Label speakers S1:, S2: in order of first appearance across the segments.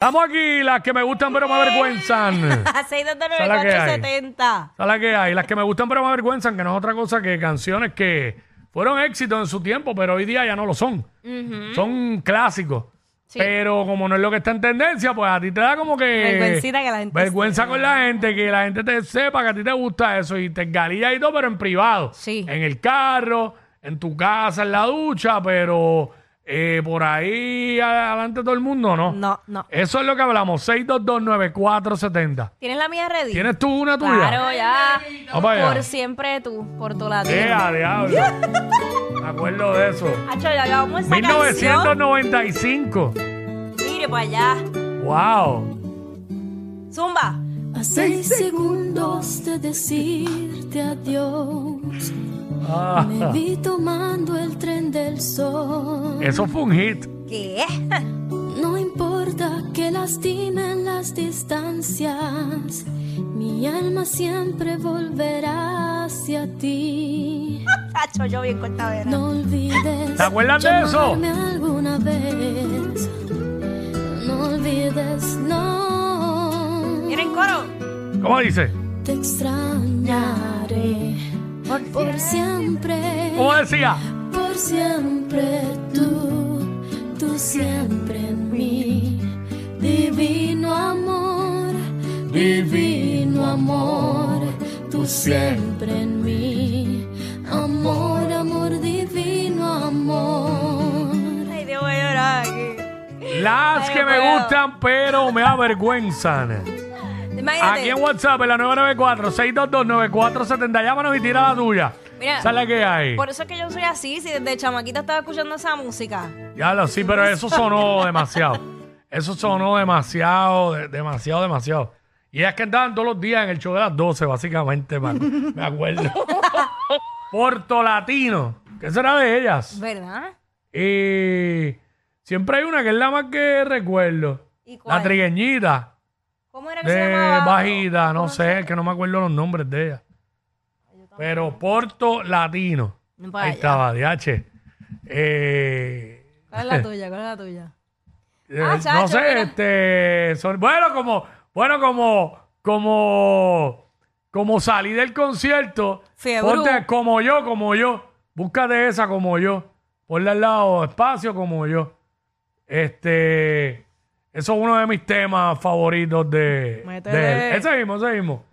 S1: Estamos aquí, las que me gustan pero me avergüenzan.
S2: A
S1: Esa es la que hay.
S2: 629-470.
S1: ¿Sabes la que hay? Las que me gustan pero me avergüenzan, que no es otra cosa que canciones que fueron éxitos en su tiempo, pero hoy día ya no lo son. Son clásicos.
S2: Sí.
S1: Pero como no es lo que está en tendencia, pues a ti te da como que...
S2: Vergüencita que la gente
S1: Vergüenza
S2: sepa.
S1: con la gente, que la gente te sepa que a ti te gusta eso y te engalillas y todo, pero en privado.
S2: Sí.
S1: En el carro, en tu casa, en la ducha, pero eh, por ahí adelante todo el mundo, ¿no?
S2: No, no.
S1: Eso es lo que hablamos, 6229470.
S2: ¿Tienes la mía ready?
S1: ¿Tienes tú una tuya?
S2: Claro, ya.
S1: Vamos allá.
S2: Por siempre tú, por tu lado.
S1: ¡Ea, ¡Eh, diablo! Me acuerdo de eso.
S2: Hacho, ya acabamos esa canción.
S1: 1995.
S2: Mire para allá.
S1: ¡Wow!
S2: Zumba.
S3: A seis segundos de decirte adiós,
S1: Ah,
S3: me vi tomando el tren del sol.
S1: eso fue un hit.
S2: ¿Qué?
S3: No importa que lastimen las distancias, mi alma siempre volverá hacia ti.
S2: Hacho, yo bien cortavera.
S3: No olvides.
S1: ¿Te acuerdas de eso?
S3: llamarme alguna vez. No olvides, no.
S2: ¿Tienen coro?
S1: ¿Cómo dice?
S3: Te extrañaré por siempre,
S1: ¿Cómo decía?
S3: por siempre tú, tú siempre en mí. Divino amor, divino amor, tú siempre en mí. Amor, amor, divino amor.
S2: Ay, Dios, voy a llorar aquí.
S1: Las
S2: Ay,
S1: que me
S2: puedo.
S1: gustan, pero me avergüenzan.
S2: Imagínate.
S1: Aquí en WhatsApp, en la 994-622-9470. Llámanos y tira la tuya.
S2: Mira,
S1: ¿Sabes qué hay?
S2: Por eso es que yo soy así. Si desde chamaquita estaba escuchando esa música.
S1: Ya lo sí, pero eso sonó demasiado. Eso sonó demasiado, de- demasiado, demasiado. Y es que andaban todos los días en el show de las 12, básicamente, mano. Me acuerdo. Puerto Latino. ¿Qué será de ellas?
S2: ¿Verdad?
S1: Y siempre hay una que es la más que recuerdo.
S2: ¿Y cuál?
S1: La trigueñita.
S2: ¿Cómo era que se
S1: De
S2: llamaba?
S1: bajita, no sé, es que no me acuerdo los nombres de ella. Pero Puerto Latino.
S2: Ven para
S1: Ahí
S2: allá.
S1: estaba, DH. Eh,
S2: ¿Cuál es la tuya? ¿Cuál es la tuya?
S1: Eh,
S2: Ah,
S1: no
S2: chacho,
S1: sé,
S2: mira.
S1: este, son- bueno, como, bueno, como, como, como salí del concierto,
S2: Fiebrú.
S1: ponte como yo, como yo, búscate esa como yo, ponle al lado espacio como yo. Este, eso es uno de mis temas favoritos de,
S2: Métele.
S1: de él. Ese mismo, ese mismo.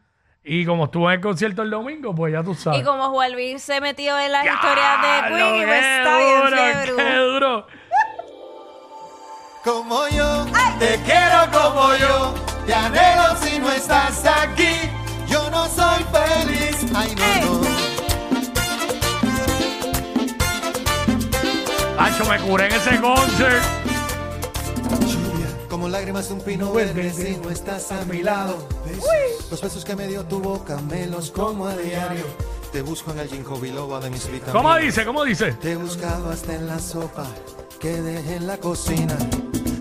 S1: Y como estuve en el concierto el domingo, pues ya tú sabes.
S2: Y como Juan Luis se metió en las
S1: ¡Ya!
S2: historias de Queen, pues está bien,
S1: ¡Qué duro,
S2: fiebre.
S1: qué duro!
S4: como yo. Te quiero como yo. Te anhelo si no estás aquí. Yo no soy feliz. Ay, no, no.
S1: Acho, me curé en ese concert.
S4: Lluvia, como lágrimas de un pino verde si no estás a mi lado. Besos, Los besos que me dio tu boca me los como a diario. Te busco en el ginkgo biloba de mis vitaminas.
S1: ¿Cómo dice? ¿Cómo dice?
S4: Te he buscado hasta en la sopa que dejé en la cocina.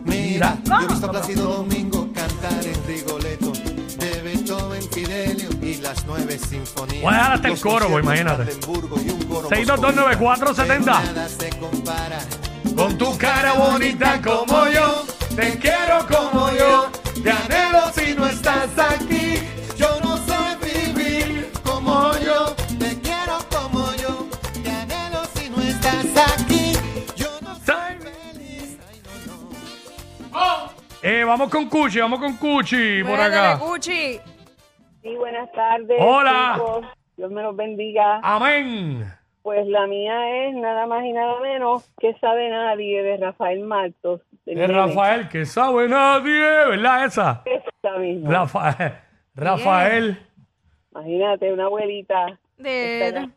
S4: Mira, yo he visto a Plácido Domingo cantar en Rigoletto. De Beethoven, Fidelio y las nueve sinfonías.
S1: Voy a dejar hasta el
S4: Los
S1: coro,
S4: conciertos
S1: imagínate.
S4: de Brandenburgo y un coro
S1: 6229470.
S4: moscovita. Pero Nada se compara
S1: Con tu cara bonita como yo, te quiero como yo, te anhelo
S4: si no estás aquí. Yo no sé vivir como yo. Te quiero como yo. Te anhelo si no estás aquí. Yo no soy feliz. Ay, no, no.
S1: Eh, vamos con Cuchi, vamos con Cuchi por
S2: Métele,
S1: acá.
S2: Cuchi.
S5: Sí, buenas tardes.
S1: Hola.
S5: chicos. Dios me los bendiga.
S1: Amén.
S5: Pues la mía es nada más y nada menos que sabe nadie de Rafael Martos. del
S1: De
S5: nene.
S1: Rafael, que sabe nadie, ¿verdad esa?
S5: Esa misma.
S1: Rafael, Rafael,
S5: Imagínate, una abuelita.
S2: De- de-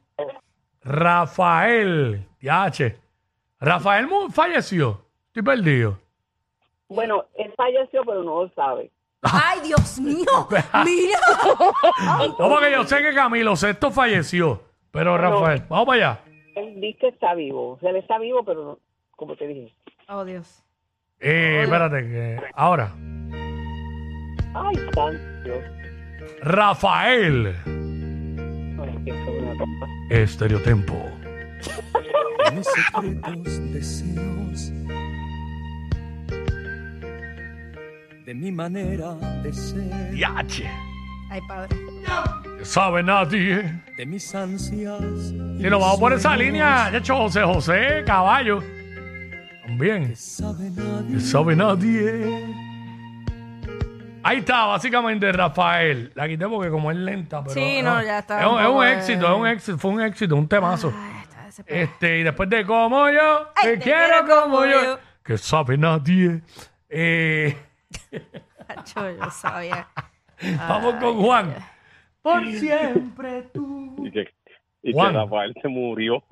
S1: Rafael, yache. Rafael mu- falleció, estoy perdido.
S5: Bueno, él falleció, pero no lo sabe.
S2: Ay, Dios mío.
S6: ¡Camilo! ¡Mira!
S1: No, porque yo sé que Camilo Sexto falleció. Pero Rafael, vamos para allá.
S5: Él dice que está vivo. O sea, él está vivo, pero no, como te dije.
S2: Oh, Dios.
S1: Eh, espérate, que ahora.
S5: Ay, santo Dios.
S1: Rafael,
S5: Ay, qué sobre una ropa.
S1: Estereotempo.
S4: Los secretos deseos de mi manera de ser,
S1: Yache.
S2: Ay, padre.
S1: No sabe nadie.
S4: de mis ansias.
S1: Si nos vamos por esa línea, de hecho, José José, caballo. También.
S4: Sabe nadie
S1: No sabe nadie. Ahí está, básicamente, Rafael. La quité porque como es lenta, pero.
S2: Sí, no, ya está
S1: Es un,
S2: un
S1: es un
S2: poco de-
S1: éxito, es un éxito, fue un éxito, un temazo.
S2: Ay, está desesperado.
S1: Este, y después de como yo,
S2: Ay,
S1: te, quiero como yo, que sabe nadie. Eh,
S2: Hacho, yo sabía.
S1: vamos con Juan. Por siempre tú.
S7: Y que, y que
S1: Juan.
S7: Rafael se murió.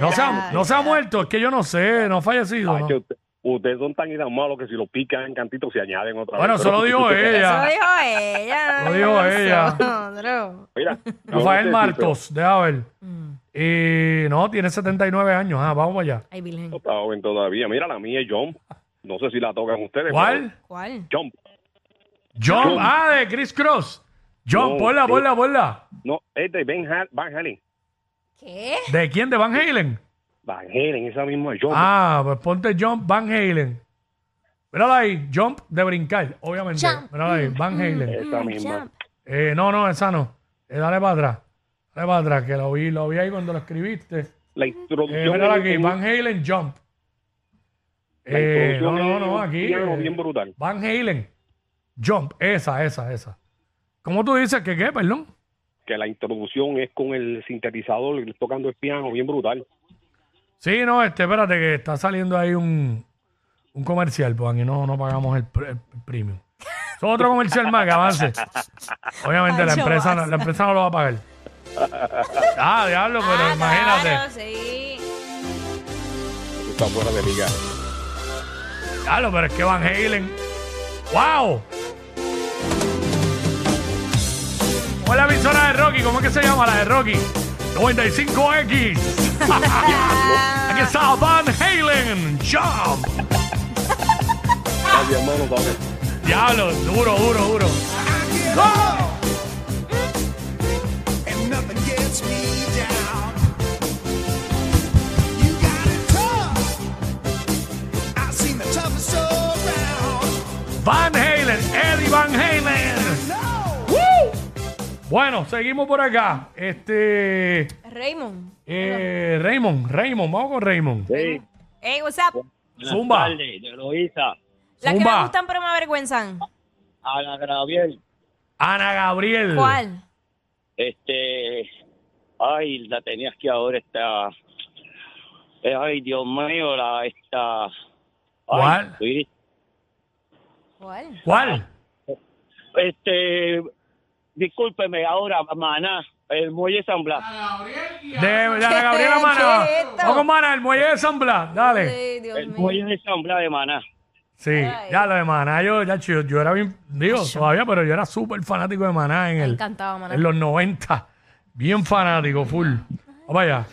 S1: No se, ha, no se ha muerto, es que yo no sé, no ha fallecido.
S7: Ay,
S1: ¿no?
S7: que usted- ustedes son tan y tan malos que si lo pican en cantito se añaden otra
S1: Bueno,
S7: vez.
S1: eso lo eh. dijo
S2: Eso
S1: ella.
S2: dijo ella.
S1: Lo dijo ella.
S2: Nosotros.
S7: Mira, yo no sé
S1: Rafael
S7: si-
S1: Martos, déjame ver. Eh, no, tiene 79 años. Ah, vamos allá.
S2: Ay, Virgen.
S7: pero está joven todavía. Mira, la mía es Jump. No sé si la tocan ustedes.
S1: ¿Cuál?
S2: ¿Cuál?
S7: pero Jump.
S1: John. Oh, Ah, de Chris Cross. John,
S7: No,
S1: ponla,
S7: eh.
S1: ponla, ponla.
S7: No, es de Ben Ha- Van Halen.
S2: ¿Qué?
S1: ¿De quién? ¿De Van Halen?
S7: Van Halen, esa misma Jump.
S1: Ah, pues ponte Jump Van Halen. Mírala ahí, Jump de brincar, obviamente. Mírala ahí, Van Halen.
S7: esa misma.
S1: Eh, no, no, esa no. Eh, dale para atrás. Dale para atrás, que lo vi, lo vi ahí cuando lo escribiste.
S7: La
S1: Eh,
S7: introducción.
S1: mírala
S7: es
S1: aquí,
S7: un-
S1: Van Halen Jump.
S7: la
S1: Eh, no,
S7: introducción
S1: no,
S7: es
S1: no,
S7: un
S1: aquí.
S7: piano
S1: eh,
S7: bien brutal.
S1: Van Halen Jump, esa, esa, esa. ¿Cómo tú dices que qué, perdón?
S7: Que la introducción es con el sintetizador tocando el piano, bien brutal.
S1: Sí, no, este, espérate, que está saliendo ahí un, un comercial, pues aquí no, no pagamos el, pr- el premium. Es otro comercial más que avance. Obviamente la
S2: Pancho,
S1: empresa, no,
S2: basta.
S1: la empresa no lo va a pagar. Ah, diablo, pero
S2: Ah,
S1: imagínate.
S2: claro, sí.
S7: Eso está fuera de liga.
S1: Diablo, pero es que Van Halen. ¡Wow! ¿Cómo es la emisora de Rocky? ¿Cómo es que se llama la de Rocky? 95X. aquí está Van Halen. Jump.
S7: Gracias, hermano. Pablo.
S1: Diablo, duro, duro, duro.
S4: and nothing gets me down. You got it tough. I've seen the toughest around.
S1: Van Halen, Eddie Van Halen.
S4: No.
S1: Bueno, seguimos por acá. Este.
S2: Raymond.
S1: eh, Raymond, Raymond, vamos con Raymond.
S8: Sí,
S2: Hey, what's up?
S8: buenas
S1: Zumba.
S8: tardes, de Loíza,
S2: Las que
S1: Zumba.
S2: me gustan pero me avergüenzan.
S8: Ana Gabriel,
S1: Ana Gabriel.
S2: ¿Cuál?
S8: este, ay, la tenías que ahora está, eh, ay, Dios mío, la esta, ay,
S1: ¿Cuál?
S8: Luis,
S2: ¿Cuál?
S1: ¿Cuál?
S8: este, discúlpeme, ahora, Maná, el Muelle San Blas,
S1: De, de Ana Gabriela
S2: ¿Qué
S1: Mana.
S2: es esto?
S1: Vamos con Mana, el muelle de San Blas. Dale.
S2: Ay, Dios
S8: el
S2: mío.
S8: Muelle de San Blas de Maná,
S1: Sí, ya lo de Maná. Yo, ya, yo, yo era bien, digo, todavía, pero yo era súper fanático de Maná en, el,
S2: encantaba Maná.
S1: en los 90. Bien fanático, full. Vamos allá.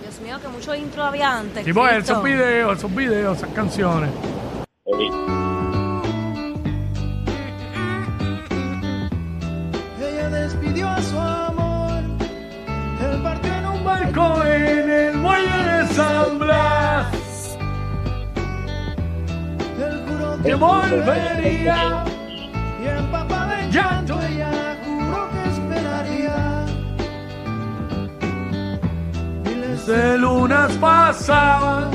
S2: Dios mío, que mucho intro había antes.
S1: Tipo,
S2: Cristo.
S1: esos videos, esos videos, esas canciones.
S8: Ey,
S4: Ella despidió a su amor. Él partió en un barco.
S1: Barco en el muelle de San Blas.
S4: Él juró
S1: Que
S4: que
S1: volvería.
S4: Y empapada en llanto, ella juró que esperaría. Miles de
S1: De lunas pasaban.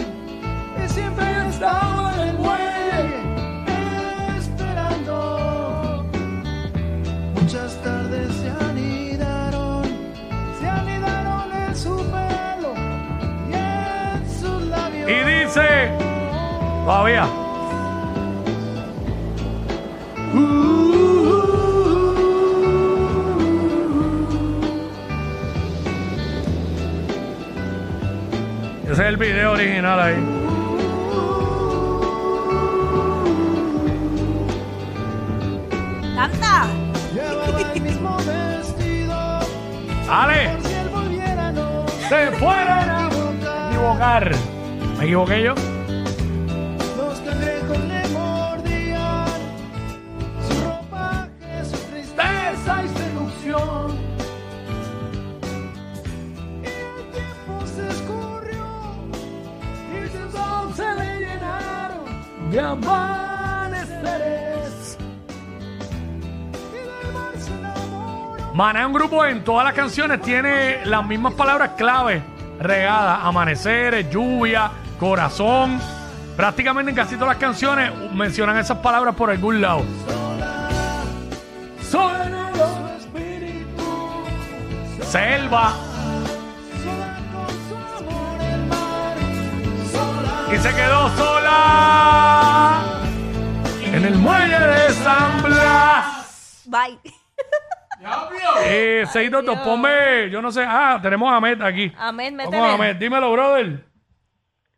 S4: y siempre estaba en el muelle esperando. Muchas tardes se anidaron, se anidaron en su pelo y en sus labios.
S1: Y dice. Todavía. Ese es el video original ahí. Dale. Se fuera a equivocar. ¿Me equivoqué yo?
S4: Los cangrejos le mordían su ropaje, su tristeza y seducción. El tiempo se escurrió y sus ojos se le llenaron de amaneceres. Y del mar se enamoró.
S1: Maná es un grupo en todas las canciones tiene las mismas palabras clave regadas. Amaneceres, lluvia, corazón. Prácticamente en casi todas las canciones uh, mencionan esas palabras por algún lado.
S4: Suena su espíritu.
S1: Selva.
S4: Sola con su amor el mar, sola
S1: Y se quedó sola en el muelle de San Blas.
S2: Bye.
S1: Eh, 622, ponme, yo no sé. Ah, tenemos a Ahmed aquí.
S2: Amén,
S1: Vamos,
S2: métele.
S1: Ahmed, dímelo, brother.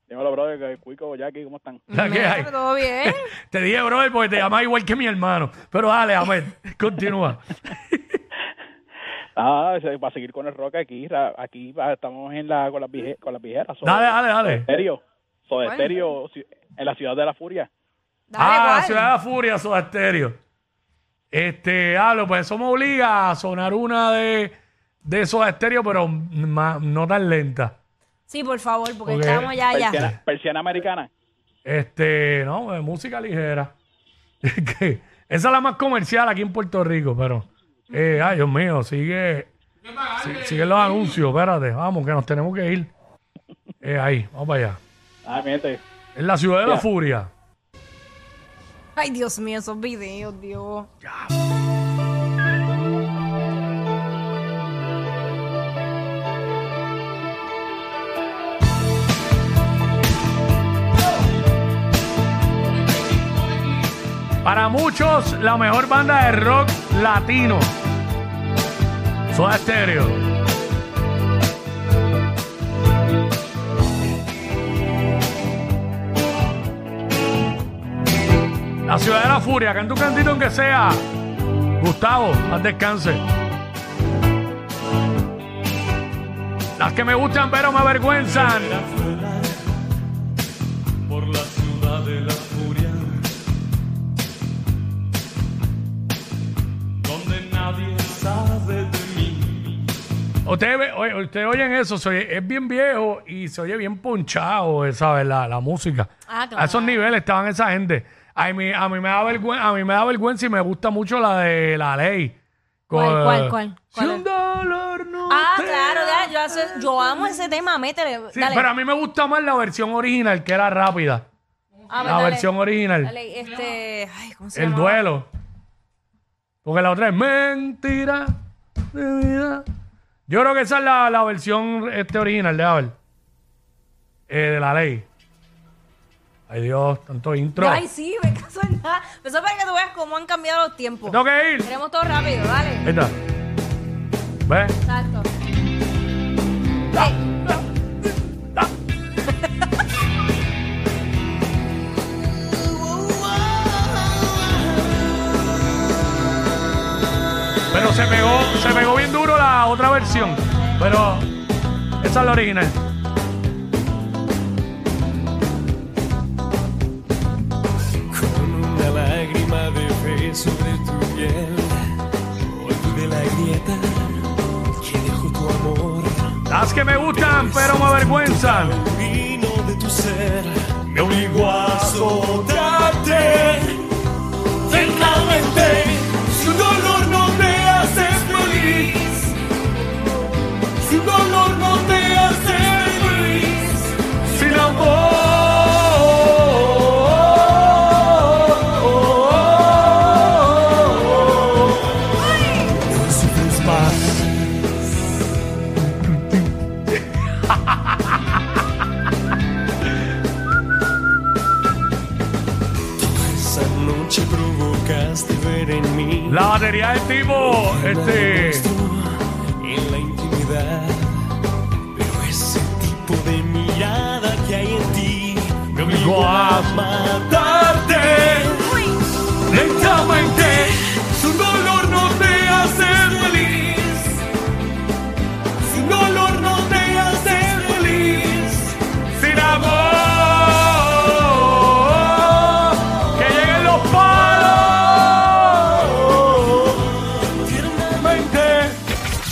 S8: Dímelo, brother, Cuico, Jackie, ¿cómo están?
S1: La que hay.
S2: Métele, Todo bien.
S1: Te dije, brother, porque te llamas igual que mi hermano. Pero dale, Ahmed, continúa.
S8: Ah, se- para seguir con el rock aquí, ra- aquí va- estamos en la, con, las vije- con las vijeras. Soda
S1: Dale, dale, dale.
S8: Stereo, Soda
S2: Bueno.
S8: Stereo, ci- en la ciudad de la furia.
S2: Dale,
S1: ah,
S2: ¿cuál?
S1: la Ciudad de la Furia, Soda Stereo. Este, hablo, pues eso me obliga a sonar una de, de Soda Stereo, pero ma- no tan lenta.
S2: Sí, por favor, porque
S1: Ok.
S2: estamos ya, ya.
S8: Persiana, persiana americana.
S1: Este, no, de música ligera. Que Esa es la más comercial aquí en Puerto Rico, pero. eh, ay, Dios mío, sigue. si- Siguen los anuncios, espérate, vamos, que nos tenemos que ir. Eh, ahí, vamos para allá.
S8: Ah, mi gente,
S1: En la ciudad de la
S8: Ya.
S1: furia.
S2: Ay, Dios mío, esos videos, Dios.
S1: Para muchos, la mejor banda de rock latino. Soda Stereo. La ciudad de la furia, canta un cantito aunque sea. Gustavo, haz descanse. Las que me gustan pero me avergüenzan.
S6: por la ciudad de la furia, donde nadie sabe de mí.
S1: Ustedes, ve- oye, ustedes oyen eso, se oye- es bien viejo y se oye bien ponchado, eh, ¿sabes? La, la música.
S2: Ah,
S1: A esos niveles estaban esa gente. A mí, a, mí me da vergüenza, a mí me da vergüenza y me gusta mucho la de la ley.
S2: ¿Cuál,
S1: Con-
S2: cuál, cuál?
S1: Si
S2: ¿Cuál
S1: un
S2: es?
S1: dolor no
S2: Ah,
S1: te
S2: claro,
S1: da-
S2: ya, yo, hace- yo amo ese tema, métele.
S1: Sí,
S2: dale.
S1: pero a mí me gusta más la versión original, que era rápida.
S2: Ah,
S1: la
S2: dale,
S1: versión original.
S2: dale, este. Ay, ¿cómo se
S1: El
S2: llamaba?
S1: duelo. Porque la otra es mentira de vida. Yo creo que esa es la, la versión este original de Abel. Eh, de la ley. Ay Dios, tanto intro.
S2: Ay, sí, me caso en nada. Pero eso es para que tú veas cómo han cambiado los tiempos.
S1: Tengo que ir.
S2: Queremos todo rápido, dale.
S1: Ahí está. ¿Ves?
S2: Exacto. Ey,
S1: Pero se pegó, se pegó bien duro la otra versión. Pero esa es la original.
S6: Con una lágrima de fe sobre tu piel, olvidé la grieta que dejó tu amor.
S1: Las que me gustan, pero me avergüenzan.
S6: Vino de tu ser, me obligó a azotarte. Finalmente, su dolor no te hace feliz. Su dolor no te hace feliz.
S1: Sin amor.
S6: No sufres más. Toda esa noche provocaste ver en mí
S1: La batería del tipo, este.
S6: en la intimidad. Pero ese tipo de mirada que hay en ti me obligó a matarte. Lentamente, su dolor no te hace feliz.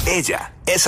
S9: Ella es